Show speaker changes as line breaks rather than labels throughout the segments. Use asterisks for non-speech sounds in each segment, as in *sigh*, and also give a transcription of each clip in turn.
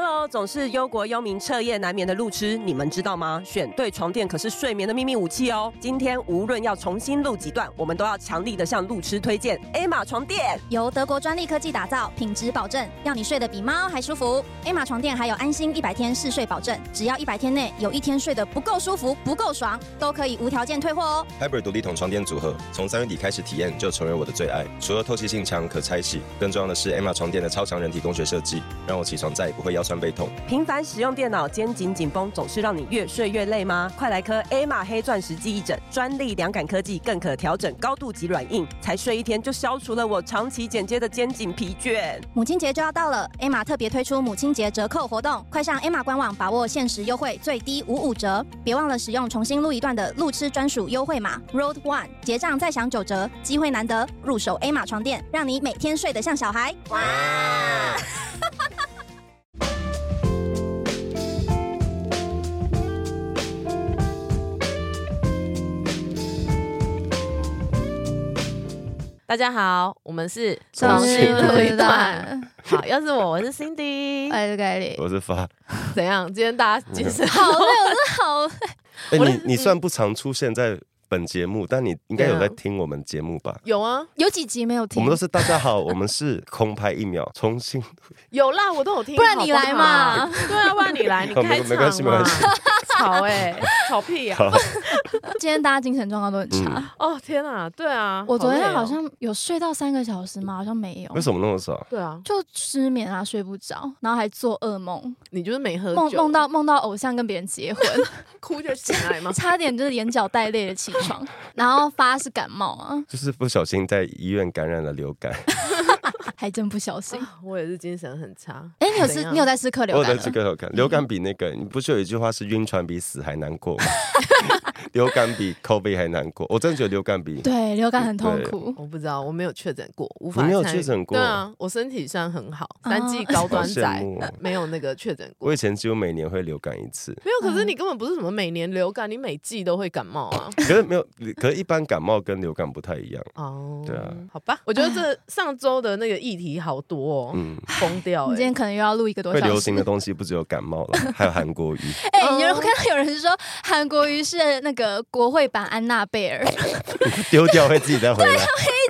喽，总是忧国忧民、彻夜难眠的路痴，你们知道吗？选对床垫可是睡眠的秘密武器哦。今天无论要重新录几段，我们都要强力的向路痴推荐 A 玛床垫。
由德国专利科技打造，品质保证，让你睡得比猫还舒服。A 玛床垫还有安心一百天试睡保证，只要一百天内有一天睡得不够舒服、不够爽，都可以无条件退货哦。
Hybrid 独立筒床垫组合，从三月底开始体验就成为我的最爱。除了透气性强、可拆洗，更重要的是 Emma 床垫的超强人体工学设计，让我起床再也不会腰酸背痛。
频繁使用电脑，肩颈紧绷，总是让你越睡越累吗？快来颗 A 玛黑钻石记忆枕，专利凉感科技，更可调整高度及软硬，才睡一天就消除了我长期剪接的肩颈疲倦。
母亲节就要到了，A 玛特别推出母亲节折扣活动，快上 A 玛官网把握限时优惠，最低五五折。别忘了使用重新录一段的路痴专属优惠码 Road One，结账再享九折，机会难得，入手 A 玛床垫，让你每天睡得像小孩。哇！
大家好，我们是
总是
同
录
事
一段。
好，要是我，我是 Cindy。
哎，这个里
我是发，
怎样？今天大家精神
好累，我真的好累。
哎、
我的
你你虽然不常出现在本节目，但你应该有在听我们节目吧？
*laughs* 有啊，
有几集没有
我
听
们都，是大家好，我们是空拍一秒，重 *laughs* 新
有啦，我都有听。
不然你来嘛
好不好对啊，不然你来，你
好
开场嘛。
没关系没关系。
吵哎、吵屁呀、
好。
今天大家精神状况都很
嗯
差。
哦天啊，对啊，
我昨
累
天
哦
好像有睡到三个小时吗？好像没有
*laughs* 为。什么那么少？
对啊，
就失眠啊，睡不着，然后还做噩梦，
你就是没喝酒，
梦梦到梦到偶像跟别人结婚，。
哭就醒来嘛
差点就是眼角带泪的起床。然后发是感冒啊，
就是不小心在医院感染了流感，
还真不小心。
我也是精神很差。
哎、你有
啊怎
吃
样
你有在吃客
我
流
有
感
在
了嗯
这？个流感，流感比那个，你不是有一句话是晕船比死还难过吗？ *laughs* 流感比 COVID 还难过，我真的觉得流感比
对，流感很痛苦。
我不知道，我没有确诊过，无法
你没有
参与
确诊过
对啊，我身体算很好，
啊
三季高端
好羡
仔
慕哦，
没有那个确诊过
我以。前几乎每年会流感一次，
没有，可
嗯
是你根本不是什么每年流感，你每季都会感冒啊。
可是没有， *laughs* 可是一般感冒跟流感不太一样。
哦，
对啊，
好吧，我觉得这上周的那个议题好多哦，
嗯，
疯掉
你今
哎
天。可能又要录一个多
会流
小
行
时。
的东西不只有感冒了， *laughs* 还有韩国语。
哎、有人看到有人说韩国瑜是那个国会版安娜贝尔， *laughs* 一
丢掉会自己再
*laughs*
回
啊
来。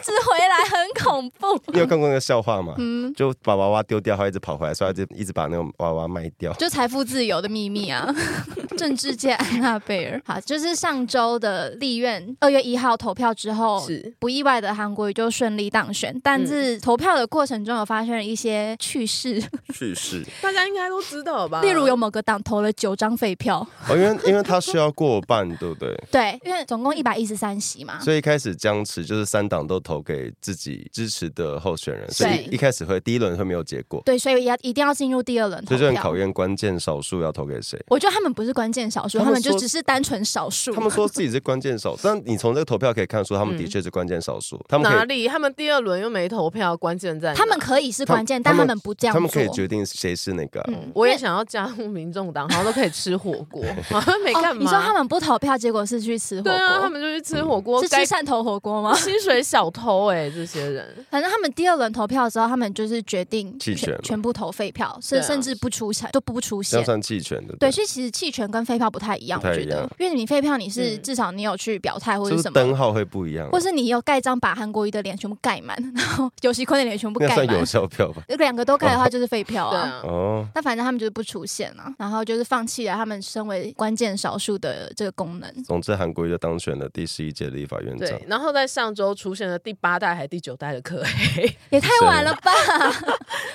直回来很恐怖。
你有看过那个笑话吗？
嗯，
就把娃娃丢掉，它一直跑回来，所以它就一直把那个娃娃卖掉。
就财富自由的秘密啊， *laughs* 政治界安娜贝尔。好，就是上周的立院二月一号投票之后。
是
不意外的，韩国瑜就顺利当选，但是
嗯
投票的过程中有发生了一些趣事，
去世
大家应该都知道
呃
吧？
例如有某个党投了九张废票，
哦，因为因为它需要过半，对不对？
对，因为总共一百一十三席嘛，
嗯所以一开始僵持就是三党都投给自己支持的候选人，所以
对
一一开始会第一轮会没有结果，
对，所以要一定要进入第二轮
所
投
以就很
票
考。验关键少数要投给谁。
我觉得他们不是关键少数，
他
他
们
们就
说
只是单纯少数。
他们说自己是关键少，但你从这个投票可以看出，他
嗯
们的确是关键少数，他们可
哪
以
里？他们第二轮又没投票，关键在哪
他们可以是
他
关键，
他
但他
们
们不这样
他
做。
们可以决定谁是那个啊、
嗯
我也
因为
想要加入民众党，好像都可以吃火锅，好像没
哦
干嘛。
你说他们不投票，结果是去吃火
对
锅？
啊，他们就去吃火锅，
是
该
吃汕头火锅吗？
薪水小偷哎、这些人
*laughs* 反正他们第二轮投票的时候，他们就是决定
弃权了
全全部投废票，
对
甚
啊
甚至不出现，都不出
这
现
样。算弃权的。
对，所以其实弃权跟废票不太一样，
不
我
太
觉
一
得
样，
因为你废票你是
嗯
至少你有去表态或
就
者
是
什么，
灯号会不一样啊、
或是你有盖章把韩国瑜的脸全部盖满，然后尤熙坤的脸全部
那
盖
算哦
满，
有效票
*laughs*
吧？
两个都盖的话就是废票
对
啊。
啊，
哦，
那反正他们就是不出现啊，然后就是放弃了他们身为关键少数的这个功能。
总之韩国瑜就当选了第十一届立法院长
对。。然后在上周出现了第八代还是第九代的柯黑，
也太晚了吧？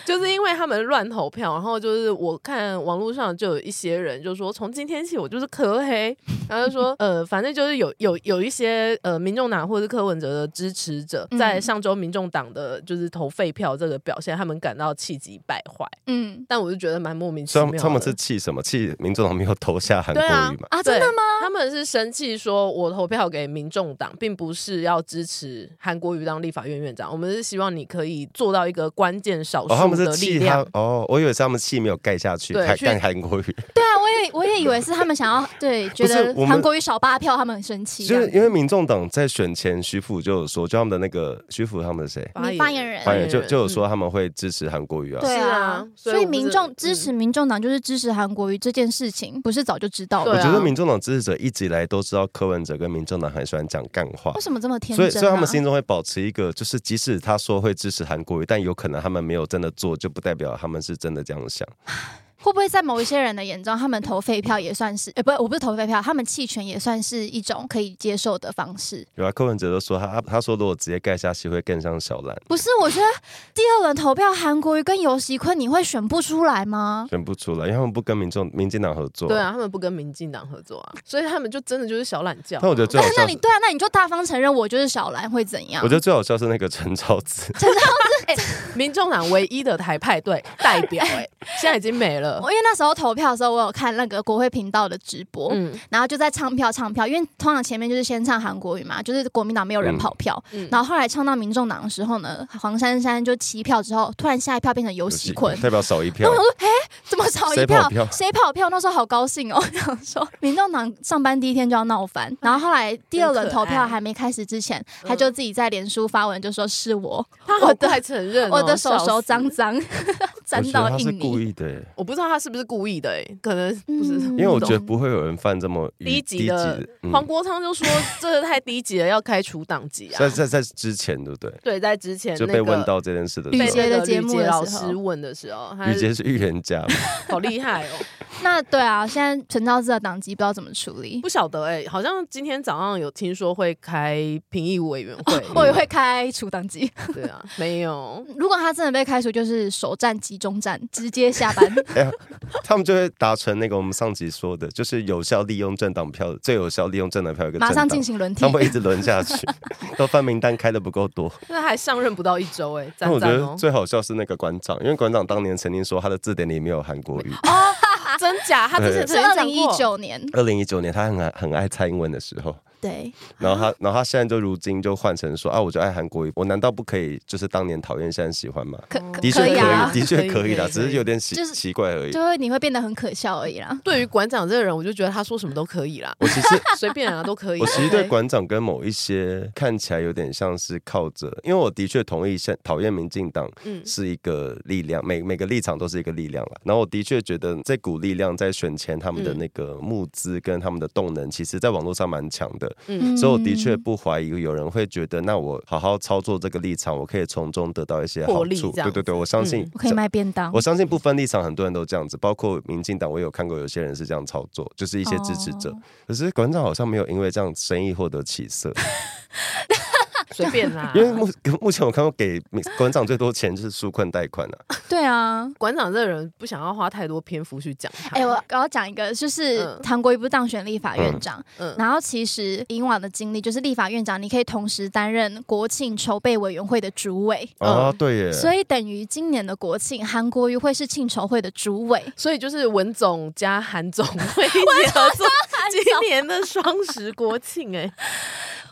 就是因为他们乱投票，然后就是我看网络上就有一些人就说从今天起我就是柯黑，然后就说呃，反正就是有有有一些呃民众党或者是柯文哲的支持者
嗯
在上周民众党的就是投废票这个表现，他们感到气急败坏，
嗯
但我就觉得蛮莫名其
所以
妙
他
的。
们他们是气什么？气民众党没有投下韩国
对啊
瑜嘛？
啊，真的吗？
吗？他们是生气说，我投票给民众党，并不是要支持韩国瑜当立法院院长，我们是希望你可以做到一个关键少
哦，他
数
们是
的力
气他
量。
哦，我以为是他们气没有盖下去，
对
还
去
干韩国瑜。
对啊，我也我也直以为是他们想要对觉
不是
得
我们
韩国瑜少八票，他们很生气这
就是
样。
因为民众党在选前，徐府就有说，就他们的那个徐府他们的谁，
你发言人
呃
发
发
言人就
嗯
就有说他们会支持韩国瑜啊。
对啊
是啊，所以
所以
我们
民
是
众
嗯
支持民众党就是支持韩国瑜这件事情，不是早就知道
对
了
我
啊？
觉得民众党支持者一直以来都知道柯文哲跟民众党很喜欢讲干话
为，什么这么天
所
真啊？
以所以他们心中会保持一个，就是即使他说会支持韩国瑜，但有可能他们没有真的做，就不代表他们是真的这样想。
会不会在某一些人的眼中，他们投废票也算是，呃，不，我不是投废票，他们弃权也算是一种可以接受的方式。
有啊，柯文哲都说他他他说如果直接盖下去会更像小兰，
不是，我觉得第二轮投票韩国瑜跟尤熙坤，你会选不出来吗？
选不出来，因为他们不跟民众民进党合作。
对啊，，他们不跟民进党合作啊，
*laughs*
所以他们就真的就是小懒觉。
但我觉得最好
*laughs* 那
笑
那
是
你，对啊，那你就大方承认我就是小兰会怎样？
我觉得最好笑是那个陈超子，
民众党唯一的台派
*laughs*
对代表、哎，现在已经没了
哦我。因为那时候投票的时候，我有看那个国会频道的直播，
嗯，
然后就在唱票唱票，因为通常前面就是先唱韩国语嘛，就是国民党没有人跑票，
嗯嗯
然后后来唱到民众党的时候呢，黄珊珊就弃票之后，突然下一票变成尤喜坤。
代表少一
然
票
*laughs* 后我，想说，哎，怎么少一
谁跑票
谁跑票？那时候好高兴哦， *laughs* 想说民众党上班第一天就要闹翻，然后后来第二轮
真可
投票
爱
还没开始之前，
嗯
他就自己在脸书发文就说是我，
他好快承
嗯
认、哦，
我的手
笑死
手脏，脏， *laughs*
我
沾
觉得
到
他是
印
故
尼。
意的耶，
我不知道他是不是故意的、哎，可能不是。
嗯
因为我觉得
懂
不会有人犯这么
低级的
嗯
黄国昌就说这个太低级了，要开除党籍
*laughs*
啊
嗯在。在在之前对不对？
对，在之前
就
那
被
个
问到这件事的时
雨
被
杰
候，
那
的
个
节
吕
目
杰
的
老
时
师
候
问的时候，他
雨杰是预言家嘛，
好厉害
*laughs*
哦。
那对啊，现在陈昭志的党籍不知道怎么处理，
不晓得哎、好像今天早上有听说会开评议委员
*laughs*
会，
哦
啊
我也会开除党籍。
对啊，没有，
如果他真的被开除，就是首战集中战，直接下
*laughs*
班。
他们就会达成那个我们上集说的，就是有效利用政党票，最有效利用政党票有一个
马上
政
进
党。
行轮替
他。们会一直轮下去，都翻名单开的不够多。
那还上任不到一周哎、
但
赞
我觉
赞
得
哦，
最好笑是那个馆长，因为馆长当年曾经说他的字典里没有韩国语。
真假？他之前
是
曾经
啊二
讲
零一
过，
九年，
二零一九年他很爱很爱蔡英文的时候，
对，
然后他然后他现在就如今就换成说啊，我就爱韩国语，我难道不可以就是当年讨厌现在喜欢吗？
可
哦
可
的确
可以啊，
的确
可
可
以
以啦，
可以
只是有点奇
就是
奇怪而已。
就会你会变得很可笑而已啦。
对于馆长这个人，我就觉得他说什么都 *laughs* 可以啦，
*laughs*
我其实
随便啊都可以。
我其实对
OK
馆长跟某一些看起来有点像是靠着，因为我的确同意现讨厌民进党
嗯
是一个力量，每每个立场都是一个力量了。然后我的确觉得这股力量在选前他们的
嗯
那个募资跟他们的动能，其实在网络上蛮强的，
嗯
所以我的确不怀疑有人会觉得，那我好好操作这个立场，我可以从中得到一些
获
好
利
处。
这样
对对对，我相信
嗯我可以卖便当
我，相信不分立场，很多人都这样子，包括民进党，我也有看过有些人是这样操作，就是一些支持者。
哦
可是馆长好像没有因为这样生意获得起色，
随便啦，
啊
*laughs* 因为目目前我看过给馆长最多钱就是纾困贷款啊，
对啊。
馆长这个人不想要花太多篇幅去讲他。
哎、我我要讲一个，就是
嗯
韩国瑜不是当选立法院长，
嗯，
然后其实以往的经历就是立法院长，你可以同时担任国庆筹备委员会的主委，
啊，
嗯
对耶，
所以等于今年的国庆，韩国瑜会是庆筹会的主
*laughs*
委。
所以就是文总加韩总会一起合作今年的双十国庆哎、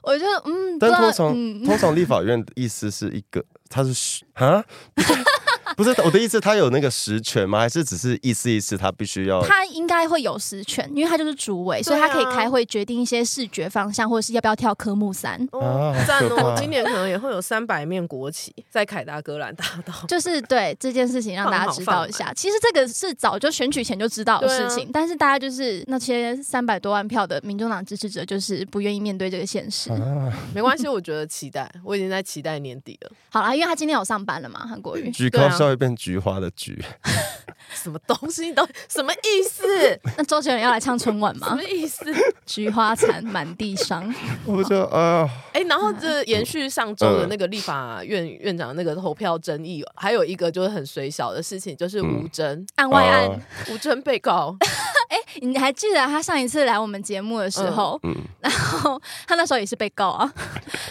我就嗯，
但
不知道
通常、
嗯，
通常立法院的意思是一个，他是实啊， *laughs* 不是我的意思，他有那个实权吗？还是只是意思意思他必须要？
他应该会有实权，因为他就是主委，所以
对啊
他可以开会决定一些视觉方向，或者是要不要跳科目三。
哦
*laughs* 啊，
赞
好可
哦！
怕
今年可能也会有三百面国旗在凯达格兰大道。
就是对这件事情让大家知道一
放
下，其实这个是早就选举前就知道的事情，
对啊
但是大家就是那些三百多万票的民众党支持者，就是不愿意面对这个现实。
啊，，
没关系，我觉得期待，我已经在期待年底了。
好啦，因为他今天有上班了嘛，韩国瑜
*laughs* 举
对
高
啊
稍微变菊花的菊，
什么东西都什么意思？
那周杰伦要来唱春晚
什
吗
么？
*laughs*
意思？
菊花残，满地
*laughs*
伤。
我就啊，
哎、然后
嗯
这延续上周
嗯
的那个立法院院长那个投票争议，还有一个就是很水小的事情，就是
嗯
吴征，
案外案，
啊
吴征被
*laughs*
告，
你还记得他上一次来我们节目的时候，
嗯，
他那时候也是被告
*laughs*
啊，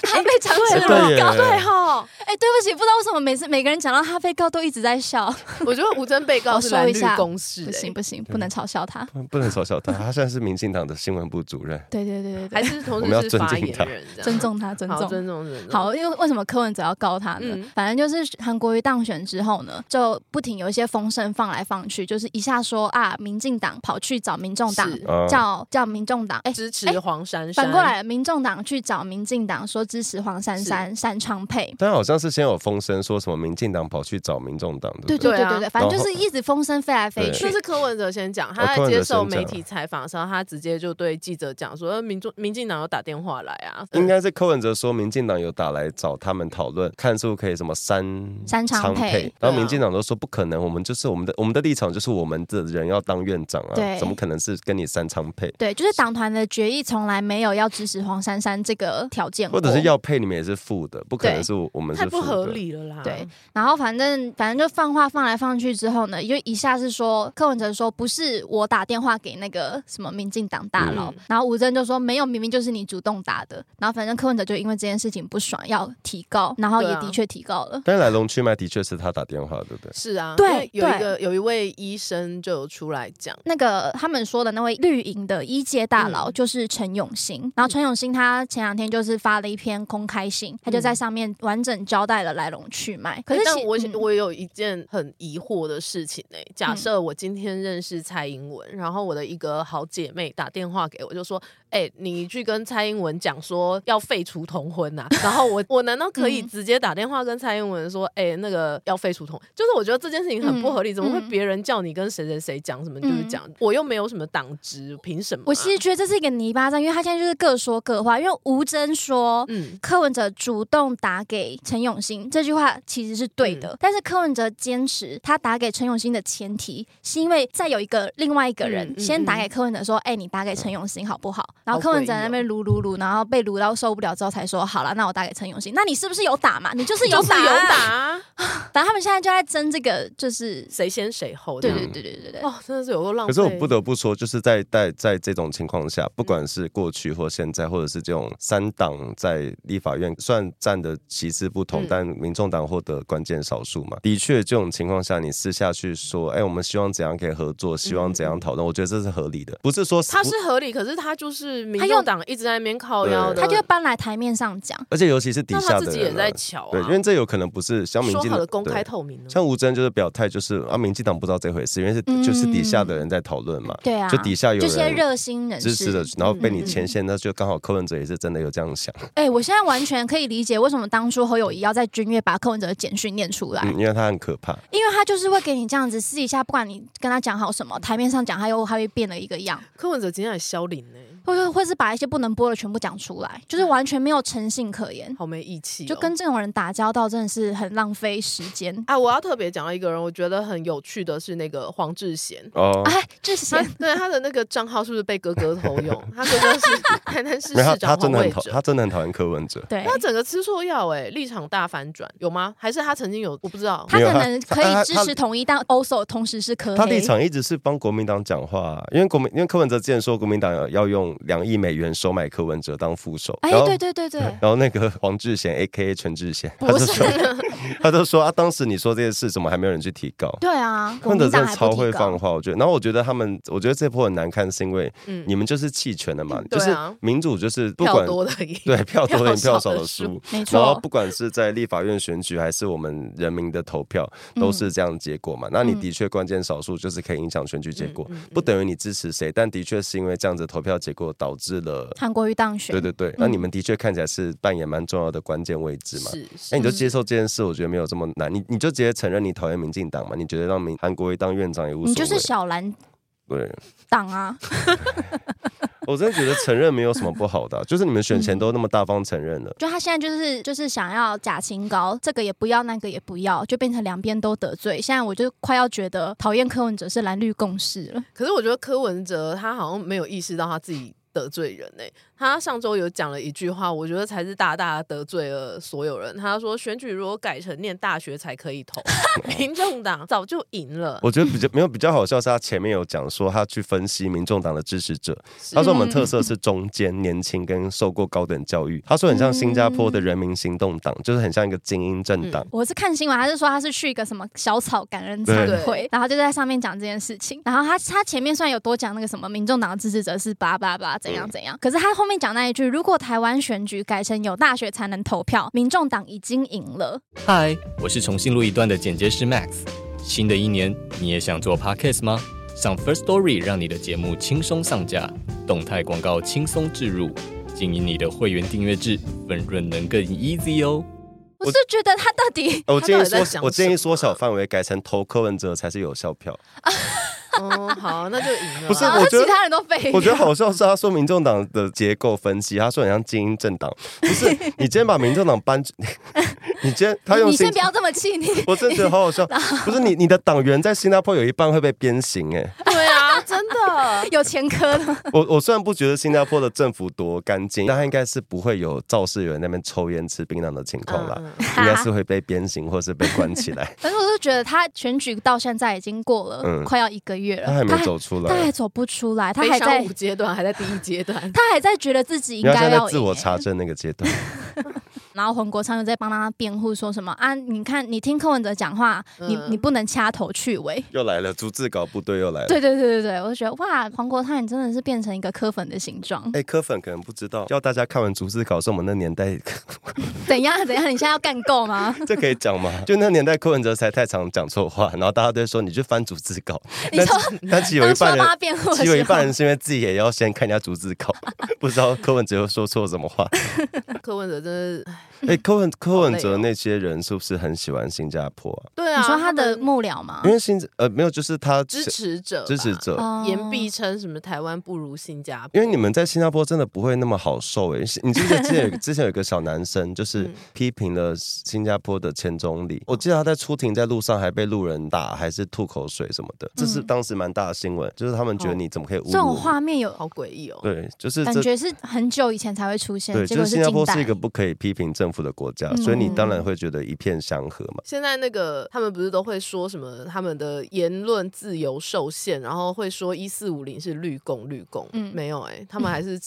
他被强制
哎对
被
耶
告。
哎对哈，
哎、对不起，不知道为什么每次每个人讲到他被告都一直在笑。
我觉得吴征被告
我
是
说
蓝
一
绿
下
公示、
不行
欸，
不行，不能嘲笑他。
不不能嘲笑他，他现在是民进党的新闻部主任。
对对对对
还
*laughs*
对，
是同
我们要
时是
尊
发
敬
言
他
人这样，
尊重他，尊
好，
重。
尊重尊重，
好，因为为什么柯文哲要告他呢？
嗯
反正就是韩国瑜当选之后呢，就不停有一些风声放来放去，就是一下说啊，民进党跑去找找民众党，
是
啊
叫叫民众党，哎、
支持黄珊珊。
反过来了，民众党去找民进党说支持黄珊珊山昌配。
但好像是先有风声说什么民进党跑去找民众党，
对
对不对？
对
对
对
啊
对对，反正就是一直风声飞来飞
嗯对
去
这。是柯文哲先讲，他
哦柯
在
文哲
接受
先讲
媒体采访的时候，他直接就对记者讲说，呃民众民进党有打电话来啊，
应该是柯文哲说，民进党有打来找他们讨论，看是不是可以什么三
三长
长
配
配，然
对啊
后民进党都说不可能，我们就是我们的我们的立场就是我们的人要当院长啊
对，
怎么可能是跟你三长配？
对，就是党团的决议从来没有要支持黄珊珊这个条件过，
或者是要配你们也是负的，不可能是我们
太
是
不
负
合
的。
理了啦。
对，然后反正反正就放话放来放去之后呢，就一下是说柯文哲说不是我打电话给那个什么民进党大佬，
嗯
然后吴征就说没有，明明就是你主动打的。然后反正柯文哲就因为这件事情不爽，要提告，然后也
对啊
的确提告了。
但来龙去脉的确是他打电话的，对不对？
是啊，
对
因为有一
对
个有一位医生就有出来讲，
那个他们说的那位绿营的一届大佬
嗯
就是陈永兴，然后陈永兴他前两天就是发了一篇公开信，他就在上面完整交代了来龙去脉。嗯可是
哎但
其
我、
嗯
我有一件很疑惑的事情呢、假
嗯
设我今天认识蔡英文，然后我的一个好姐妹打电话给我，就说：“哎、你去跟蔡英文讲说要废除同婚呐、然后
*laughs*
我我难道可以
嗯
直接打电话跟蔡英文说：“哎、那个要废除同？”就是我觉得这件事情很不合理，
嗯
怎么会
嗯
别人叫你跟谁谁谁讲什么你就是讲？我又没有什么党职，凭什么啊、
我其实觉得这是一个泥巴战，因为他现在就是各说各话。因为吴征说
嗯，
柯文哲主动打给陈永兴这句话其实是对
嗯
的，但是柯文哲坚持他打给陈永兴的前提是因为再有一个另外一个人
嗯嗯嗯
先打给柯文哲说：“哎、你打给陈永兴好不好？”然后
好
柯文
诡
哲
异
在那
哦
边撸撸撸，然后被撸到受不了之后才说：“好了，那我打给陈永兴。”那你是不是有打嘛？你就是有
就是
打、啊
有。打，啊
反正他们现在就在争这个，就是
谁先谁后这
对
样。
对对对对对。
哦，真的是有个浪
可
费。
是我不得不说，就是在在在这种情况下，
嗯
不管是过去或现在，或者是这种三党在立法院虽然占的席次不同，
嗯
但民众党获得关键少数嘛。的确，这种情况下，你私下去说，哎，我们希望怎样可以合作，希望怎样讨论，我觉得这是合理的，不是说
嗯他是合理，可是他就是民
他用
众党一直在那边靠腰的，
他就会搬来台面上讲，
而且尤其是底
那
下
他
的
自己
人
也
啊、
在瞧啊，
对，因为这有可能不是像民
说
进
好
党
的公开
对
透明呢，
像吴征就是表态，就是啊，民进党不知道这回事，因为是、
嗯
就是底下的人在讨论嘛，
对啊，
就底下有
这
人
些热心人
支
士
持的，然后被
嗯
你
嗯
牵线，那就刚好柯文哲也是真的有这样想，
哎、我现在完全可以理解为什么当初侯友谊要在君悦把柯文哲的简讯念出来，
嗯，因为他很可怕，
因为他就是会给你这样子私底下，不管你跟他讲好什么，台面上讲他又他会变了一个样，
柯文哲今天还消零呢，
或者或是把一些不能播的全部讲出来，就是完全没有诚信可言，
好没义气哦，
就跟这种人打交道真的是很浪费时间。
哦
啊，我要特别讲到一个人，我觉得很有趣的是那个黄志贤。
哦，
哎，这些
他对他的那个账号是不是被哥哥偷用？他哥
*laughs*
哥是台南市
没有他
市
他
长
真
黄
的很
伟
讨
哲
他，真的很讨厌柯文哲，
对。
他整个吃错药哎，立场大反转有吗？还是他曾经有我不知道，
他
没有
可能
他
可以
他
支
他
持统一，但 also 同时是科
他立
黑。
场一直是帮国民党讲话啊、因为国民因为柯文哲之前说国民党要用两亿美元收买柯文哲当副手，
哎，
然后
对对对对，
然后那个 *laughs* 黄志贤 A K A 陈志贤，他
不
就是说 *laughs* 他就说啊，当时你说这些事，怎么还没有人去提高？
对啊，国
柯文
民
哲
党
真的
还
超
不
会
提
放
高。
话，我觉得。然后我觉得他们，我觉得这波很难看，是因为
嗯
你们就是弃权了嘛，
嗯
就
对
是
啊
民主就是不
票
管
多的赢，
对票多的赢票
票少
少
的
的
输
输，
没
然后
错
不，管是在立法院选举还是我们人民的投票，都
嗯
是这样的结果嘛。那你的确关键少数就是可以影响选举结
嗯
嗯
果，不等于你支持谁，但的确是因为这样子投票结果导致了，
韩国瑜当选。嗯
对对对，那你们的确看起来是扮演蛮重要的关键位置嘛。
是是
哎、
嗯
你就接受这件事，我觉得没有这么难。你你就直接承认你讨厌民进党嘛？你觉得让民韩国瑜当院长也无所谓。
你就是小蓝
对，
党啊，
我真的觉得承认没有什么不好的啊、就是你们选
嗯
前都那么大方承认了。
就他现在就是就是想要假清高，这个也不要，那个也不要，就变成两边都得罪。现在我就快要觉得讨厌柯文哲是蓝绿共识了。
可是我觉得柯文哲他好像没有意识到他自己得罪人呢、他上周有讲了一句话，我觉得才是大大得罪了所有人。他说选举如果改成念大学才可以
*laughs*
投，民众党早就赢了。
我觉得比较没有比较好笑是他前面有讲说他去分析民众党的支持者，
是
他说我们特色是中间、年轻跟受过高等教育。他说很像新加坡的人民行动党，就是很像一个精英政
嗯
党。
我是看新闻，他是说他是去一个什么小草感恩茶会
对，
然后就在上面讲这件事情。然后他他前面虽然有多讲那个什么民众党的支持者是叭叭叭怎样怎样，可是他后面讲那一句，如果台湾选举改成有大学才能投票，民众党已经赢了。
嗨，我是重新录一段的剪接师 Max。新的一年，你也想做 Podcast 吗？上 First Story 让你的节目轻松上架，动态广告轻松置入，经营你的会员订阅制，分润能更 easy 哦。
我是觉得他到底
呃我
他
建
到
议
底在
缩，
想
我建议
什么啊
缩小范围，改成投柯文哲才是有效
*laughs*
票。
哦，好，那就赢了。
不是
啊
我觉得
其他人都废
我觉得好笑是他说民众党的结构分析，他说很像精英政党，不是？
*laughs*
你今天把民众党搬， *laughs* 你今天他用
你
新
先不要这么气你。
我真的觉得好好
*laughs*
笑，不是你你的党员在新加坡有一半会被鞭刑哎、
对啊，真的。
*laughs* 有前科的，。
我我虽然不觉得新加坡的政府多干净，但他应该是不会有肇事员在那边抽烟吃槟榔的情况啦，
嗯
*laughs* 应该是会被鞭刑或是被关起来
*laughs* 但是我就觉得他选举到现在已经过了、
嗯
快要一个月了，
他还没走出
他还
来，
走不出来，他
悲
还
伤
在
五阶段，还在第一阶段。
*laughs* 他还在觉得自己应
你要
该
现在
要
在自我
赢欸 *laughs*
查证那个阶段，
然后黄国昌又在帮他辩护，说什么啊？你看，你听柯文哲讲话，你
嗯
你不能掐头去
*laughs*
尾。
又来了，逐字稿部队又来了。
对对对对对，我就觉得哇，黄国昌你真的是变成一个柯粉的形状。
哎，柯粉可能不知道，要大家看完逐字稿是我们那年代， *laughs*
怎样怎样？你现在要干够吗？
这可以讲吗？就那年代柯文哲才太常讲错话，然后大家都会说你去翻逐字稿，
你说
但 *laughs* 是有
*laughs*
一
当初
半
要
人
帮他辩护的
*laughs* 其实有一
时候
半，人是因为自己也要先看人家逐字稿， *laughs* 不知道柯文哲又说错什么话。
柯文哲真的，
哎、
嗯
柯文柯文
好累
哲
哦
那些人是不是很喜欢新加坡啊？
对啊，
你说他的
们
幕僚吗
因？为新呃没有，就是他
支持者，
支持。者。
哦
言必称什么台湾不如新加坡，
因为你们在新加坡真的不会那么好受诶、你记不记得之
*laughs*
前有之前有一个小男生，就是
嗯
批评了新加坡的钱总理，我记得他在出庭在路上还被路人打，还是吐口水什么的，这
嗯
是
哦
当时蛮大的新闻，就是他们觉得你怎么可以侮
这种
辱我？
画面有
好诡异哦。
对，就是
感
这
觉是很久以前才会出现
对，，
结
就
果
是新加
近
坡是
代
一。个不可以批评政府的国家，
嗯
所以你当然会觉得一片祥和嘛。
现在那个他们不是都会说什么他们的言论自由受限，然后会说一四五零是绿共绿共，
嗯
没有哎、他们
*laughs*
还是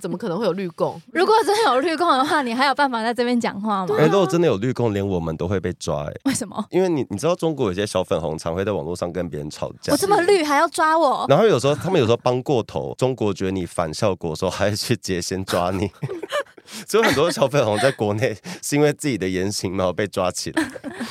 怎么可能会有绿共？
如果真的有绿共的话，你还有办法在这边讲话吗
哎、？如果真的有绿共，连我们都会被抓哎、
为什么
因为你你知道中国有些小粉红常会在网络上跟别人吵架
我，这么绿还要抓我？
然后有时候他们有时候帮过头，中国觉得你反效果的时候，还去劫先抓你。 *laughs* 所以很多小粉红在国内是因为自己的言行然后被抓起
*laughs*
来。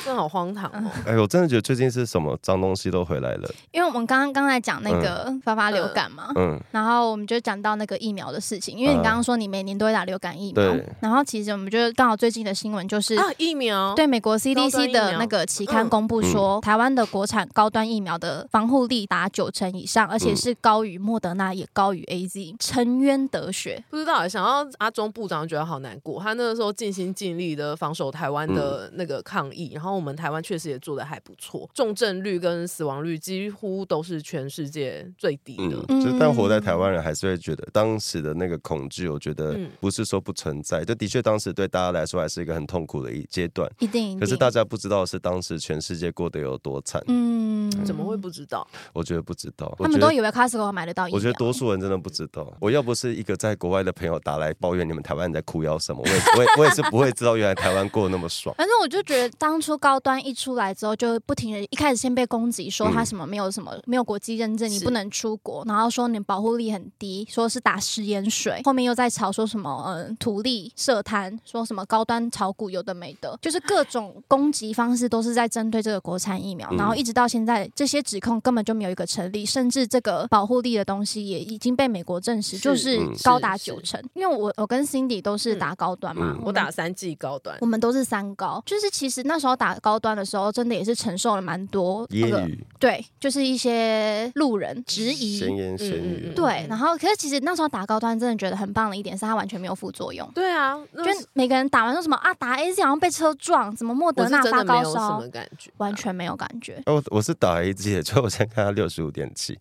真的好荒唐哦！
哎，我真的觉得最近是什么脏东西都回来了。
因为我们刚刚刚才讲那个发发流感嘛， *laughs*
嗯，
然后我们就讲到那个疫苗的事情，因为你刚刚说你每年都会打流感疫苗，
对
然后其实我们就刚好最近的新闻就是。
啊，疫苗，
嗯对美国
高端
CDC
疫苗
的那个期刊公布说，
嗯
台湾的国产高端疫苗的防护力达九成以上，而
嗯
且是高于莫德纳，也高于 AZ，沉冤得雪。
不知道欸，想到阿中部长觉得好难过，他那个时候尽心尽力的防守台湾的那个抗疫，然后我们台湾确实也做的还不错，重症率跟死亡率几乎都是全世界最低的。
嗯，就是但活在台湾人还是会觉得当时的那个恐惧，我觉得
嗯
不是说不存在，就的确当时对大家来说还是一个很痛苦的一阶段。
一定一定。
可是大家不知道的是当时全世界过得有多惨，
嗯，
怎么会？不知道？
我觉得不知道。我
他们
觉
都
得
以为 Costco 买得到疫苗。。
我觉得多数人真的不知道。我要不是一个在国外的朋友打来抱怨你们台湾人在哭腰什么，我也 *laughs* 我也我也是不会知道原来台湾过得那么爽
*laughs* 反正我就觉得，当初高端一出来之后，就不停的，一开始先被攻击，说他什么没有什么、没有国际认证，你
是
不能出国，然后说你保护力很低，说是打食盐水，后面又在吵说什么嗯土地设摊，说什么高端炒股有的没的，就是各种攻击方式都是在针对这个国产疫苗，
嗯
然后一直到现在，这些指控根本就没有一个成立，甚至这个保护力的东西也已经被美国证实，
是
就是
嗯
高达
是是
九成，因为我我跟 Cindy 都是
嗯
打高端嘛
嗯，
我
们
打三剂高端
我，们都是三高，就是其实那时候打高端的时候，真的也是承受了蛮多那
烟
个
雨、
对，就是一些路人质
闲
疑。
言闲语
嗯，
对，然后可是其实那时候打高端真的觉得很棒的一点是它完全没有副作用，
对啊，那
就是是每个人打完说什么啊打 A Z 好像被车撞，怎么莫
我
德
是
纳
真
发
的没
高
有什
烧
么，感觉，
完全没有感觉。
哎我我是打 A G 的，所以我现在看他六十五点七，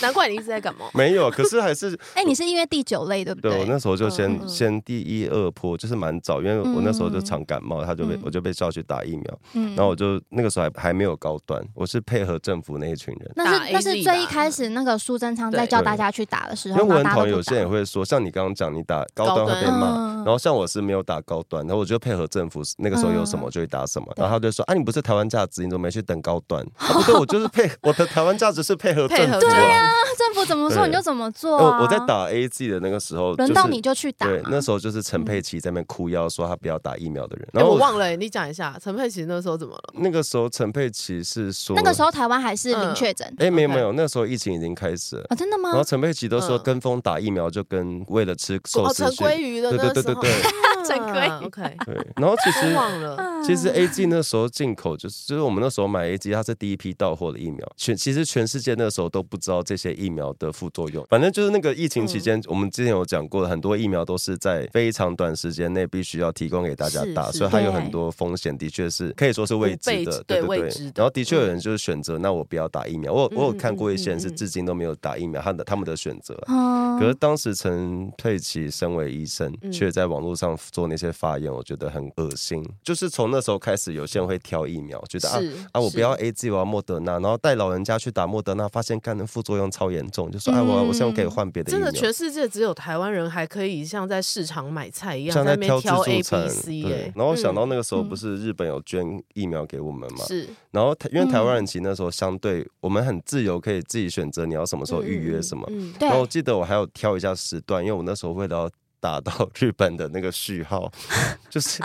难怪你一直在感冒。
没有，可是
*laughs*
还是
哎，你是因为第九类对不
对我那时候就先、
嗯嗯
先第一二波，就是蛮早，因为我那时候就常感冒，他就被、
嗯
我就被叫去打疫苗，
嗯
然后我就那个时候还还没有高端，我是配合政府那一群人。
那
打
是那是
AZ
最
吧
一开始那个苏贞昌在
对
叫大家去打的时
因
候，
为我很
然后大家
讨
都
厌
不
有些人也会说，像你刚刚讲，你打高
高
端会
端
被骂，
嗯
然后像我是没有打高端，然后我就配合政府那个时候有
嗯
什么就会打什么。然后他就说啊，你不是台湾价值，你怎么没去等高端？啊、不对，我就是配我的台湾价值是配合政
配合
府
政府
啊。
那政府怎么说
对哦
你就怎么做、啊
我我在，打 A Z 的那个时候，
轮
就
到
是
你就去打嗯
对，那
嘛。
时候就是陈佩琪在那边哭腰说他不要打疫苗的人，*laughs*
哎
然后
我
我
忘了、你讲一下陈佩琪那时候怎么了？
那个时候陈佩琪是说
那个时候台湾还是零确诊
哎没有
OK
没有，那时候疫情已经开始了。
啊，真的吗
然后？陈佩琪都说
嗯
跟风打疫苗就跟为了吃寿
哦，
司
陈
去
鲑鱼的
对
那
对
时
对
候，
对对
陈
*laughs*
鲑鱼
OK，
对。然后其实
我 *laughs*
*laughs*
忘了，
啊其实 A G 那时候进口就是就是我们那时候买 A G，它是第一批到货的疫苗。全其实全世界那时候都不知道这些疫苗的副作用。反正就是那个疫情期
嗯
间，我们之前有讲过，很多疫苗都是在非常短时间内必须要提供给大家
是
打，
是
所以它有
对
很多风险，的确是可以说是未知
不被
的，
对
对对
未
对
知的。
然后的确有人就是选择，那我不要打疫苗。我有我有
嗯
看过一些
嗯嗯
人是
嗯
至今都没有打疫苗，他的他们的选择啊。
嗯
可是当时陈佩琪身为医生
嗯，
却在网络上做那些发言，我觉得很恶心。就是从那时候开始，有些人会挑疫苗，觉得啊
是
啊，我
是
不要 A Z，我要莫德纳，然后带老人家去打莫德纳，发现干的副作用超严重，就说哎，我我希望可以换别的疫
嗯真的
苗。
全世界只有台湾人还可以像在市场买菜一样
像
在
在
那边
挑自
挑 A
助
B
餐，
C
对
耶，。
然后想到
嗯
那个时候不是日本有捐疫苗给我们嘛，
是嗯
然后台因为台湾人其实那时候相对我们很自由，可以自己选择你要什么时候预约什么，
嗯嗯嗯
对
然后我记得我还有挑一下时段，因为我那时候为了要打到 *laughs* 日本的那个序号，
*laughs*
就是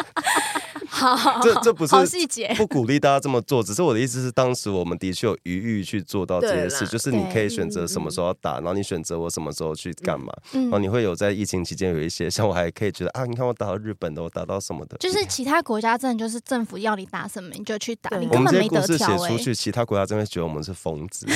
好，
这这不是
好细节，
不鼓励大家这么做，只是我的意思是，当时我们的确有余裕去做到这
对
些
啦
事，就是你
对
可以选择什么时候要打，然后你选择我什么时候去干嘛，然后
嗯，
你会有在疫情期间有一些，像我还可以觉得啊，你看我打到日本的，我打到什么的，
就是其他国家真的就是政府要你打什么你就去打，
对
你
我
根本
们这
没
些故
得
事写
挑哎
出。去，其他国家真的会觉得我们是疯子。 *laughs*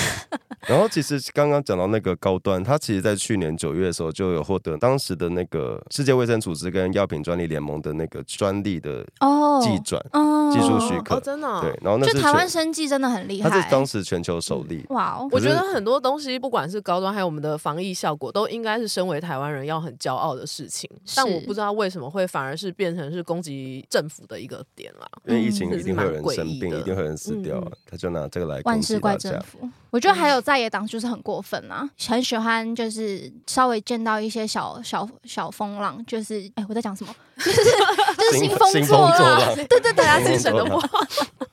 然后其实刚刚讲到那个高端，它其实在去年九月的时候就有获得当时的那个世界卫生组织跟药品专利联盟的那个专利的
哦，
技转、
嗯
技术许可。
哦，真的哦、
对，然后那
就是台湾
全，
生技真的很厉害，
它是当时全球首例。
哇哦，
我觉得
可
很多东西，不管是高端还有我们的防疫效果，都应该是身为台湾人要很骄傲的事情。但我不知道为什么会反而是变成是攻击政府的一个点啦。
因为疫情
嗯
一定会有人
这是蛮
生
诡异
病，
的
一定会有人死掉
嗯
啊
嗯！
他就拿这个来攻
万
击
事
大
怪
家
政。府。我觉得还有在野党就是很过分啊，很喜欢就是稍微见到一些小小小风浪，就是哎、我在讲什么？ *laughs* 就是就是兴风
兴
作
风作
浪
浪，
对对对，大家
兴风
精神
作
的
浪
不好。 *laughs*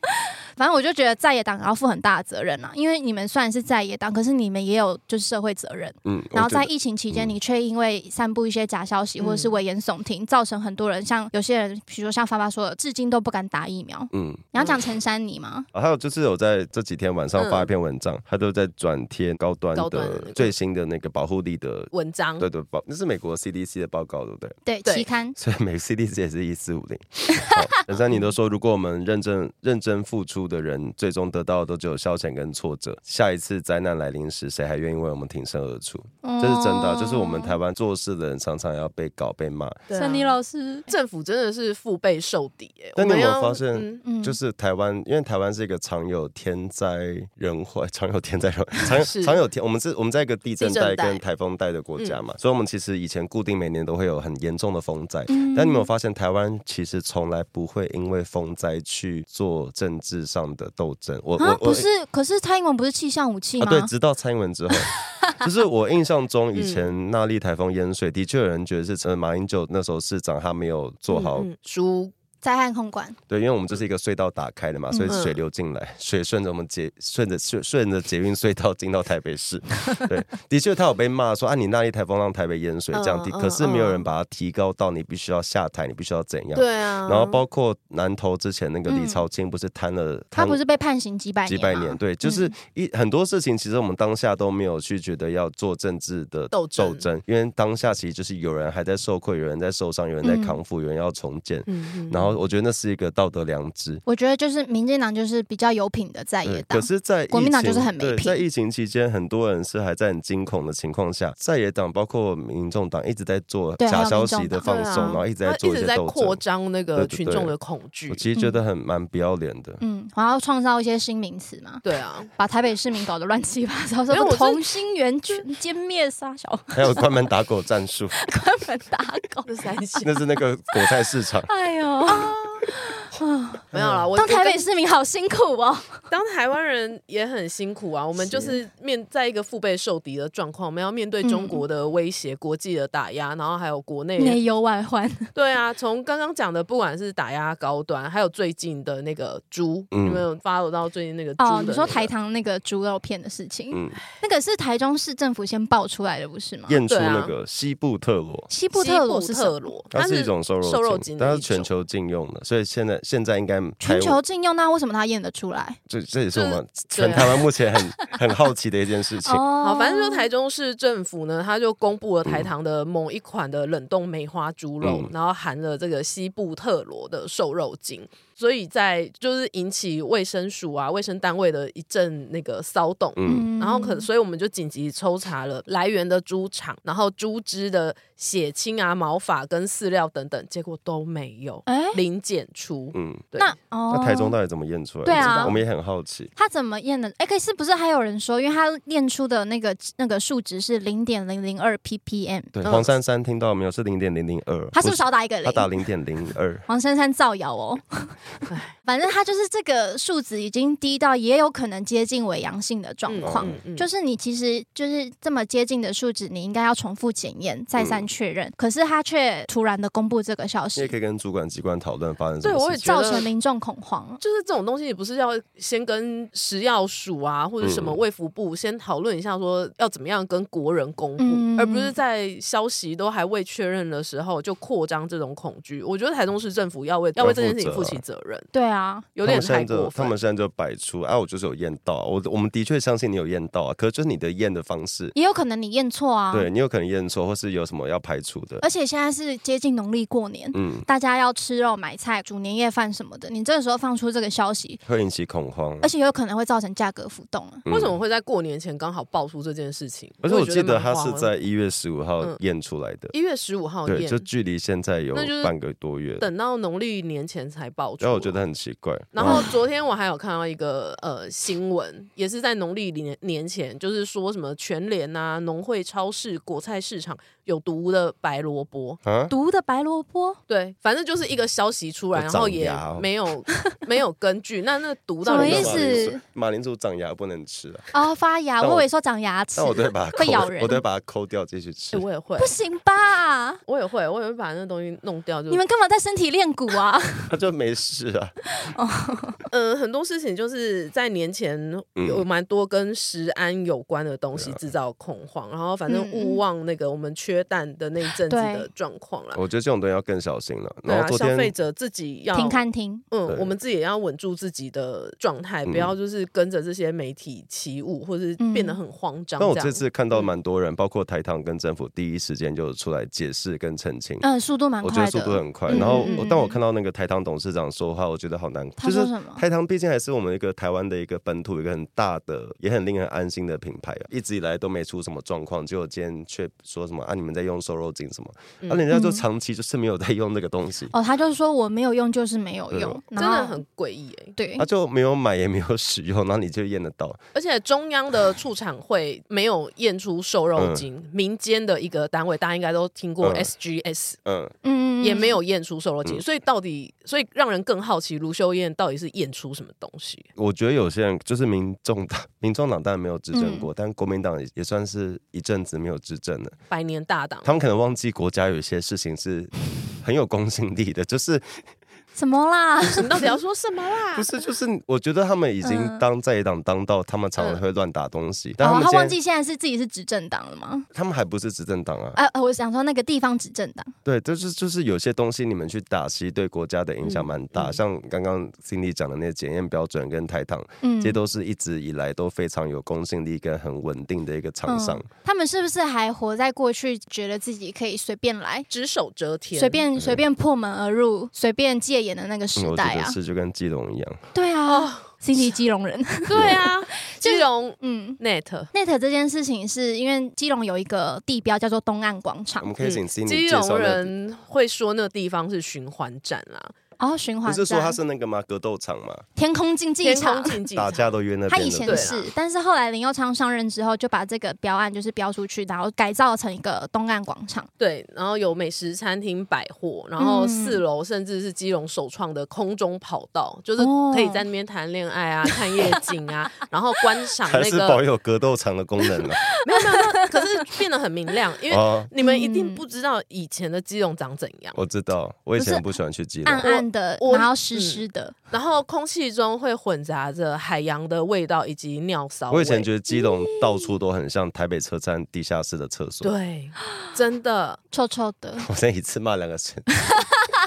反正我就觉得在野党要负很大的责任啊，因为你们虽然是在野党，可是你们也有就是社会责任。
嗯，
然后
我觉
在
得
疫情期间，
嗯
你却因为散布一些假消息或者是
嗯
危言耸听，造成很多人像有些人，比如说像发发说的，至今都不敢打疫苗。
嗯，
你要讲陈珊妮吗？
啊，还有就是有在这几天晚上发
嗯
一篇文章，他都在转贴高端
高端的那个
的最新的那个保护力的
文章
对对报，那是美国 CDC 的报告，对不 *laughs* 对？
对，
对
期刊。
所以美 CDC 也是一四五零。好陈珊妮都说，如果我们认真认真付出的人，最终得到的都只有消遣跟挫折。下一次灾难来临时，谁还愿意为我们挺身而出？
这
这是真
哦
的啊、就是我们台湾做事的人常常要被搞被骂。
对啊
师，
政府真的是腹背受敌、欸。
但你有没有
我们要
发现
嗯
嗯
就是台湾，因为台湾是一个常有天灾人祸，常有天灾人祸，常有
是
常有天，我们是我们在一个地震
地震
带
带嗯
跟台风带的国家嘛，所以我们其实以前固定每年都会有很严重的风灾，
嗯
但你有没有发现台湾其实从来不会因为风灾去做政治上的斗争？我
啊
我，我
不是，可是蔡英文不是气象武器
啊，
吗？
对，直到蔡英文之后。就是我印象中，以前那莉台风淹水，的确有人觉得是呃马英九那时候市长他没有做好
嗯嗯书
灾害控管，
对，因为我们这是一个隧道打开的嘛，所以水流进来，水顺着我们捷顺着顺顺着捷运隧道进到台北市。对，的确他有被骂说啊，你那里台风让台北淹水这样
嗯
低，
嗯
可是没有
嗯
人把它提高到你必须要下台，你必须要怎样。
对啊，
然后包括南投之前那个
嗯
李朝清不是贪了，
他
贪
不是被判刑几百
几
年？啊
百年，。对，
嗯
就是一很多事情，其实我们当下都没有去觉得要做政治的
斗争
斗争，因为当下其实就是有人还在受困，有人在受伤，有人在
嗯
康复，有人要重建。
嗯
然后我觉得那是一个道德良知，
我觉得就是民进党就是比较有品的在
对，
野党
可，是在疫情，
国民党就是很没
对
品
在疫情期间，很多人是还在很惊恐的情况下，在野党包括民众党一直在做
对还有
假消
民
息
众党
的放
对啊
松，然后一直在
他
做
一直
些
在
斗
扩
争。
张那个
对对
群
对
众的恐惧
我。其实觉得很蛮不要脸的。
嗯，然后创造一些新名词嘛，
对啊，
把台北市民搞得乱七八 *laughs* 糟，什
没有
么
我是
同心圆、全歼灭杀小
还有关门打狗战术， *laughs*
*laughs* 关门打狗，啊。
这三小
那是那个果菜市场
哎呦，啊，
没有啦，我
当
我
台
跟
北市民好辛苦哦。
*laughs* 当台湾人也很辛苦啊，我们就是面在一个腹背受敌的状况，我们要面对中国的威胁、国际的打压，然后还有国内
内忧外患，
*laughs* 对啊，从刚刚讲的，不管是打压高端，还有最近的那个猪，
嗯
你们有 follow 到最近那个猪的那个、
哦，你说台糖那个猪肉片的事情，
嗯，
那个是台中市政府先爆出来的，不是吗？
验出
对啊
那个西部特罗，
西
布
部特罗是什
特
么？
罗，
它是一种瘦肉
瘦肉精
精，
的
它
一
是全
种
球禁用的，所以现在现在应该台
全
湾
球禁用，那为什么他验得出来？
这这也是我们
对啊
全台湾目前很 *laughs* 很好奇的一件事情。
哦
好，反正就是台中市政府呢，它就公布了台糖的某一款的冷冻梅花猪肉，
嗯
然后含了这个西部特罗的瘦肉精，所以在就是引起卫生署啊、卫生单位的一阵那个骚动。
嗯，
然后可，所以我们就紧急抽查了来源的猪场，然后猪只的血清啊、毛发跟饲料等等，结果都没有，
哎，
零检出。
嗯，
对，
那
那
哦，
台中到底怎么验出来？
对啊
我们也很好奇。
他怎么验的？哎、可是不是还有人说，因为他验出的那个那个数值是零点零零二 ppm，
对，
嗯
黄珊珊听到没有？是零点零零二，
他是不是少打一个
他
零？
打零点零二，
黄珊珊造谣
*laughs*
哦，反正他就是这个数值已经低到也有可能接近伪阳性的状况。
嗯嗯嗯
就是你其实就是这么接近的数值，你应该要重复检验、再三确认，可是他却突然的公布这个消
嗯你也
息
可，以跟主管机关讨论发生什
对我
么
也
事
觉
情。
造成民众恐
啊
慌。
就是这种东西，你不是要先跟食药署啊，或者什么
嗯
卫福部先讨论一下，说要怎么样跟国人公布，
嗯
而不是在消息都还未确认的时候就扩张这种恐惧。我觉得台中市政府要为要为这件事情负起责任，
对啊，
有
他
点
们
太
现在
过
就他
分
们。现在就摆出，啊，我就是有验到啊，我我们的确相信你有验到啊，可是就是你的验的方式，
也有可能你验错啊。
对你有可能验错，或是有什么要排除的。
而且现在是接近农历过年，
嗯，
大家要吃肉、买菜、煮年夜饭什么的，你这个时候放出这个消息，
会引起恐慌。
而且有可能会造成价格浮动啊。
嗯
为什么？会在过年前刚好爆出这件事情？
而且我
也觉
记得
蛮
他
荒
是
谬
在一月十五号
嗯
验出来的，
一月十五号
对，
验
就，距离现在有
那就是
半个多月。
等到农历年前才爆出。
然后我觉得很奇怪，
然后昨天我还有看到一个呃新闻，也是在农历年年前，就是说什么全联啊、农会超市、果菜市场有毒的白萝卜。
啊，
毒的白萝
*laughs*
卜，
对，反正就是一个消息出来，
有
然
长
后也
牙哦
没有没有根据。那那毒
什
到
么
底
意
是
思
马铃薯？马铃薯长牙不能吃啊，
哦，发芽，
但
我
我
以为说长牙齿
但，我都会把它
会
抠
咬人
我都会把它抠掉继续吃
哎，。
*laughs*
我也会
不，行吧？
我也会，我也会把那东西弄掉。就
你们干嘛在身体练骨啊？
他就没事
*laughs*
啊，
呃，很多事情就是在年前
嗯
有蛮多跟食安有关的东西制造恐慌，然后反正
嗯
勿忘那个我们缺蛋的那一阵子
对
的状况啦。
我觉得这种东西要更小心了。
对
然
啊，
后昨
消费
天
者自己要
停看停，
嗯
对，
我们自己也要稳住自己的状态，不
嗯
要就是跟着这些媒体起舞，或是变
嗯
得很慌张。
但我
这
这
样
次看到蛮多人，包括台糖跟政府，第一时间就出来解释跟澄清。
嗯，速度蛮
我觉得
快
速度
的。
很快。
嗯
然后
嗯
我，
嗯
当我看到那个台糖董事长说话，我觉得好难
他
过。就
说
是
什么
台糖毕竟还是我们一个台湾的一个本土，一个很大的，也很令人安心的品牌啊，一直以来都没出什么状况，结果今天却说什么啊，你们在用瘦肉精什么？
嗯
啊，人家就长期就是没有在用那个东西，
哦，他就说我没有用，就是没有用，
真
然
的
后
很诡异哎。
对
他，啊就没有买也没有使用，然后你就验得到。
而且中央
*laughs*
的畜产会没有验出瘦肉精，民间的一个单位大家应该都听过
嗯
SGS，、
嗯，
嗯
也没有验出瘦肉精，
嗯
所以到底，所以让人更好奇卢修燕到底是验出什么东西？
我觉得有些人就是民众党， *laughs* 民众党当然没有执
嗯
政过，但国民党也也算是一阵子没有执政了。
百年
*laughs*
大党，
他们可能忘记国家有一些事情是很有公信力的，
*laughs*
就是
嗯什么
*laughs*
啦，
你到底要说什么啦？
不是就是我觉得他们已经当在野党当到他们常常会乱打东西，但
嗯哦，
他们
他
今
忘
天
记现在是自己是执政党了吗？
他们还不是执政党啊，
啊，呃我想说那个地方执政党，
对，就是就是有些东西你们去打，其实对国家的影响蛮大，
嗯嗯
像刚刚 Cindy 讲的那些检验标准跟台糖，
嗯
这些都是一直以来都非常有公信力跟很稳定的一个厂商。
嗯他们是不是还活在过去，觉得自己可以随便来？
只手遮天，
随便随便破门而入，随便戒严的那个时
嗯我
代
觉得
啊，
是就跟基隆一样，
对
哦
啊，Cindy 基隆人， *laughs*
对啊，基隆
嗯
net。
，Net 这件事情是因为基隆有一个地标叫做东岸广场
嗯我，们可以请 Cindy
嗯基
介
隆
绍那
人会说那个地方是循环站啦，
哦，循
不
环
是说它
战，
是那个吗？格斗场嘛，
天空竞技
天空
场。
竞技
大
场
家都约那
他
边
以
的
前
*laughs* 对
是，但是后来林佑昌上任之后，就把这个标案就是标出去，然后改造成一个东岸广场。
对，然后有美食餐厅、百货，然后
嗯
四楼甚至是基隆首创的空中跑道，就是
哦
可以在那边谈恋爱啊、看夜景啊，
*laughs*
然后观赏
还
那
是保
个，
有格斗场的功能了。
可是变得很明亮，因为
哦，
你们一
嗯
定不知道以前的基隆长怎样，
我知道，我以
不
前
是
不喜欢去基隆
暗。暗的，
我
然后湿湿的，
然后空气中会混杂着海洋的味道以及尿骚味。
我以前觉得基隆到处都很像台北车站地下室的厕所。
对，真的
臭臭的。
我现在一次骂两个人，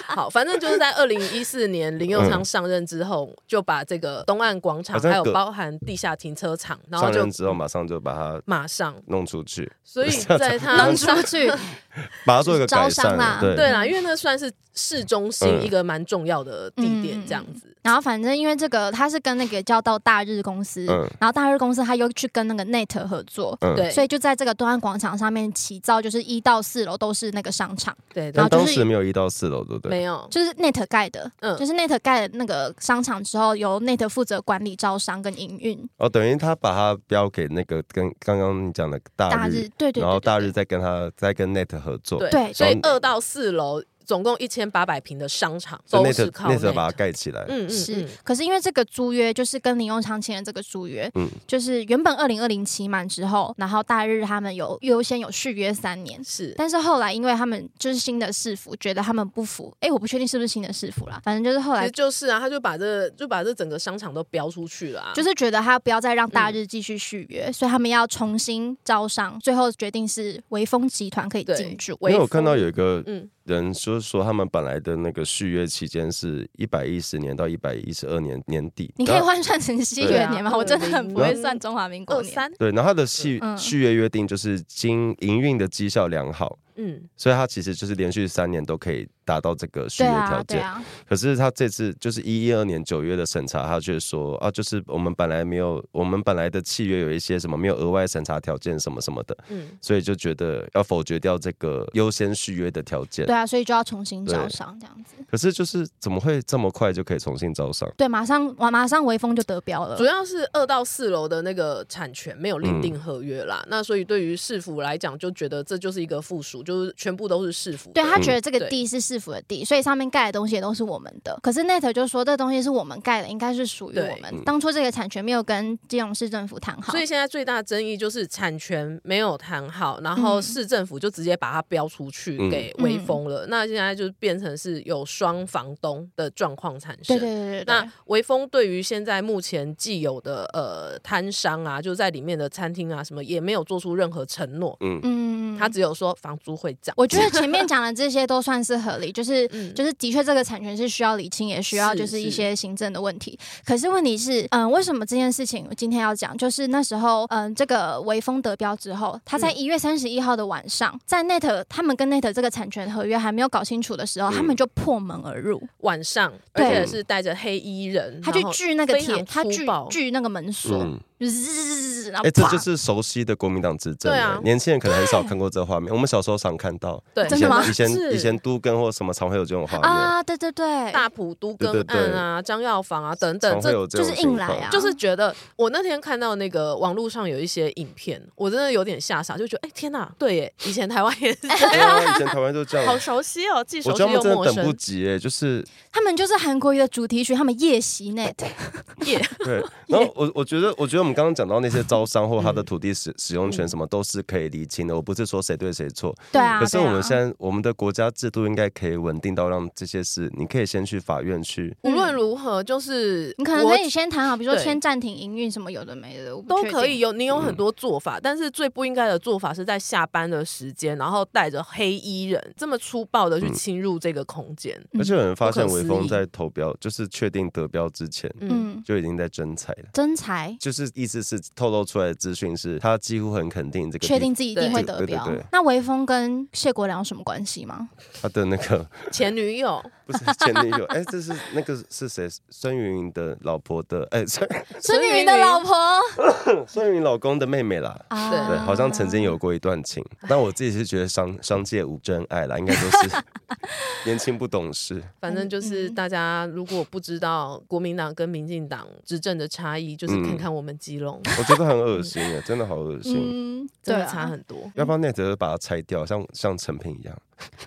好，反正就是在二零一四年林佑昌
嗯
上任之后，就把这个东岸广场
好像
还有
隔
包含地下停车场，然后
上
就
任之后马上就把它
马上，
弄出去， *laughs*
所以在他
弄出去，
把它做一个改
招商
善
啦
啊。对，
对啦，因为那算是市中心
嗯
一个蛮重要的地
嗯
点，这样子。
然后反正因为这个，他是跟那个叫到大日公司，
嗯
然后大日公司他又去跟那个 Net 合作，
嗯
对，
所以就在这个东岸广场上面起造，就是一到四楼都是那个商场，
对，
然
但
后
然
就是
当时没有一到四楼，对不
后
对？
没有，
就是 Net 盖的，
嗯
就是 Net 盖的那个商场之后，由 Net 负责管理招商跟营运。
哦，等于他把它标给那个跟刚刚你讲的
大
大
日
日，
对对对，
然后
对
大日再跟他再跟 Net 合作，
对，
对
所以
然后
二到四楼总共一千八百平的商场
所以
都是
Net
靠
Net
Net
把它盖起来。
嗯嗯
是
嗯，
可是因为这个租约就是跟林用昌签的这个租约，
嗯
就是原本二零二零期满之后，然后大日他们有优先有续约三年，
是。
但是后来因为他们就是新的市府觉得他们不服，哎，我不确定是不是新的市府啦，反正就是后
其
来
实就是啊，他就把这就把这整个商场都标出去了啊，嗯
就是觉得他不要再让大日继续续约，所以他们要重新招商，最后决定是微风集团可以
对
进驻。
微
因为我看到
风
有一个
嗯
人就是说，他们本来的那个续约期间是一百一十年到一百一十二年年底，
你可以
然后
换算成西
对
元
啊
年吗？我真的很不会算中华民国
二
年。
三，
对，然后他的续
嗯
续约约定就是经营运的绩效良好，
嗯，
所以他其实就是连续三年都可以达到这个续
对
约
啊
条，
对
件。
啊，
可是他这次就是一一二年九月的审查，他却说啊，就是我们本来没有，我们本来的契约有一些什么没有额外审查条件什么什么的，
嗯，
所以就觉得要否决掉这个优先续约的条件
对。啊，所以就要重新招
对
商这样子。
可是就是怎么会这么快就可以重新招商？
对，马上马马上微风就得标了
主。要是二到四楼的那个产权没有另定合约啦，那所以对于市府来讲，就觉得这就是一个附属，就是全部都是市府的。
对他觉得这个
嗯对
地是市府的地，所以上面盖的东西也都是我们的。可是 Net 就说这东西是我们盖的，应该是属于
对
我们。
嗯
当初这个产权没有跟基隆市政府谈好，
嗯所以现在最大争议就是产权没有谈好，然后
嗯
市政府就直接把它标出去
嗯
给微风了。那现在就变成是有双房东的状况产生。
对对对对对
那，微风对于现在目前既有的呃摊商啊，就在里面的餐厅啊什么，也没有做出任何承诺，
嗯，
他只有说房租会涨。
我觉得前
*laughs*
面讲的这些都算是合理，就是
嗯
就是的确这个产权是需要理清，也需要
是
就是一
是
些行政的问题。可是问题是，嗯，为什么这件事情我今天要讲？就是那时候，嗯，这个微风得标之后，他在
嗯
一月三十一号的晚上，在 Net 他们跟 Net 这个产权合约还没有搞清楚的时候，他
嗯
们就破门而入，
晚上，而
对
且是带着黑衣人，
他去
然后
锯那个
非
铁，
常
他
粗
锯
暴
锯那个门锁，
嗯，
就滋滋滋滋滋，然后
哎，这
啪
就是熟悉的国民党执政
对
了、
啊
年轻人可能很少看过这画面，我们小时候常看到。
对
*laughs* 真的吗
以前以
是
前以前都跟或什么常会有这种画面，
啊，对对对，
大埔都跟
对对
案
对
啊、张耀房啊等等，
常会
这
有这种
就是
情
硬来
况
啊
就是觉得我那天看到那个网络上有一些影片，我真的有点吓傻，就觉得哎、天哪，对耶，以前台湾也
*laughs*
是
对啊以前台湾就这样，
好熟悉哦，既
我
熟
觉
悉
得他们
又
真的
陌
等不
生。
及哎、就是
*laughs* 他们就是韩国瑜的主题曲，他们夜袭 Net，
耶，
对，然后我我觉得，我觉得我们刚刚讲到那些招商或他的土地使使用权什么，都是可以厘清的。我不是说谁对谁错，
对啊，
可是
对啊
我们现在我们的国家制度应该可以稳定到让这些事，你可以先去法院去。
无论如何，就是
你可能
我
可以先谈好，比如说
对
先暂停营运什么有的没的，我不
都
确
可
定
以。有，你有很
嗯
多做法，但是最不应该的做法是在下班的时间，然后带着黑衣人这么粗暴的去
嗯
侵入这个空间。
嗯
而且有人发现
不可思
微
议
风在投标，就是确定得标之前
嗯，
嗯，
就已经在征才了。
真才
就是意思是透露出来的资讯是，他几乎很肯定这个地
确定自己一定
对
会得
对对
标
对对。
那微风跟谢国良有什么关系吗？
他的那个
前女友
不是前女友，哎，这是那个是谁？孙云云的老婆的，哎，孙
孙
云
女的
云
老婆
孙云云老公的妹妹啦。
啊，
对
对，好像曾经有过一段情，但我自己是觉得商商界无真爱啦，应该都是年轻不懂事，
反正就是
嗯
大家如果不知道国民党跟民进党执政的差异，就是
嗯
看看我们
*laughs*
基隆，
我觉得很恶心耶，真的好恶心。
嗯，
真
对
的
啊
差很多，
要不要那则把它拆掉，像像成品一样？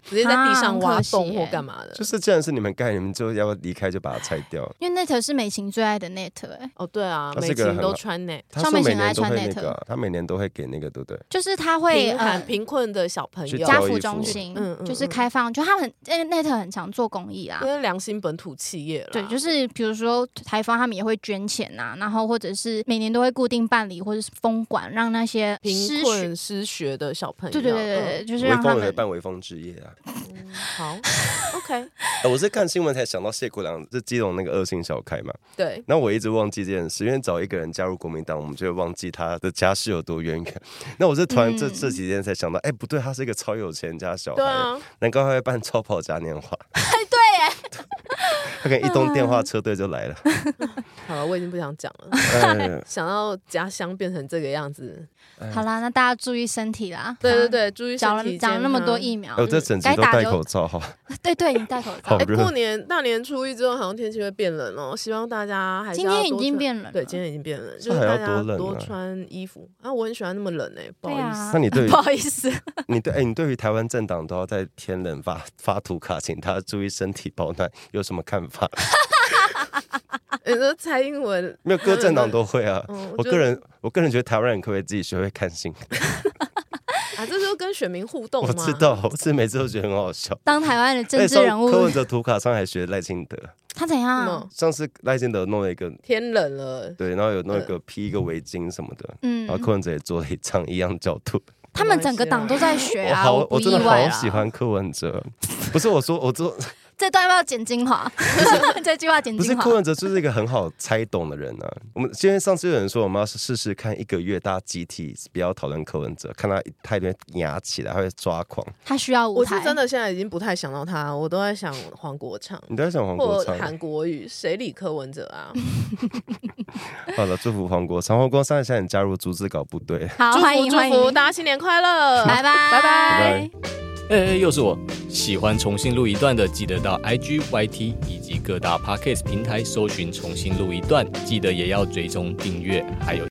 直接在地
啊
上
很
挖
可惜
洞
耶
或干嘛的
就。是既然是你们盖，你们就要不要离开就把它拆掉。
因为 Net 是美琴最爱的 Net，哎、
哦，对啊，
它
每
是个
情
很
都
好
穿呢，
他
上
说
面
每
显然
年都
穿
会
内
那个
特
啊、他每年都会给那个，对不对？
就是他会
贫
呃
寒贫困的小朋
去
友，
家
教
福
育
中
服务
心，
嗯嗯
就是
嗯
开放，就他很呃 Net 很常做公益啊
因。为良心本土企业了，
对，就是比如说台方他们也会捐钱呐、然后或者是每年都会固定办理或者是封馆，让那些失
贫
学，
困失学的小朋友。
对对对对，对，就是
微
让他
风也会
们
办微风之夜啊！
嗯，好
*laughs*
，OK，
呃我是看新闻才想到谢国良是基隆那个恶性小开嘛，
对，
那我一直忘记这件事，因为找一个人加入国民党，我们就会忘记他的家世有多渊源。那我是突然这、
嗯
这几天才想到，哎、不对，他是一个超有钱家小孩，
对啊，
难怪他会办超跑嘉
*laughs*
年华。哎，对耶，他可能一通电
嗯
话车队就来了。
好了，我已经不想讲了，
哎
想到家乡变成这个样子，
好啦，那大家注意身体啦。嗯
对对对，注意身
讲了
体
讲了那么
健
多
康
疫苗
哎，我，这整集
该
都
打
戴
就
口罩哈，
*laughs* 对对，你戴口罩
好。
哎，
热
过年大年初一之后，好像天气会变冷哦，希望大家还是
今
要
天已
多
经
穿。
变冷，
对，今。天已经变冷，就
这
是
还
大
要
家
多冷
多
啊
穿衣服啊！我很喜欢那么冷哎，不好
对
意思，
啊
那，你对于
不好意思，啊
你对哎，你对于台湾政党都要在天冷发发图卡，请大家注意身体保暖，有什么看法？
*laughs*
*laughs*
你说蔡英文，
没有，各政党都会啊。
嗯，
我
就
个人，我个人觉得台湾人可不可以自己学会看新闻？
啊，这就是跟选民互动嘛。
我知道，我是每次都觉得很好笑。
*laughs* 当台湾的政治
哎
人
上柯
物
文，哲图卡上还学赖清德，
他怎
什
样
么？
上次赖清德弄了一个
嗯天冷了，
对，然后有弄一个披一个围巾什么的，
嗯
然，
哦
后柯文哲也做了一张一样角度。
他们整个党都在学
我
啊，
好，
不
我
意
真的
外
好
啊。
喜欢柯文
*laughs*
哲。不是我说，我做
这段要不要剪精
*laughs*
华？ *laughs* 这句话剪
不是
精华
柯。文哲，就是一个很好猜懂的人啊。 *laughs* 我们今天上次有人说，我们要试试看一个月，大家集体不要讨论柯文哲，看他他一边压起来，他会抓狂。
他需要舞
我是
台，
真的现在已经不太想到他，我都在想黄国昌
你都在想黄
或
国昌？
韩国瑜，谁理柯文哲啊？
好了，祝福黄国昌。黄国昌现在加入竹子搞部队，
*laughs* 好
祝
欢
福
迎
祝
欢
福，
迎，
大家新年快乐，
拜拜拜
拜。
哎、哎，又是我！喜欢重新录一段的，记得到 IG、YT 以及各大 Podcast 平台搜寻“重新录一段”，记得也要追踪订阅，还有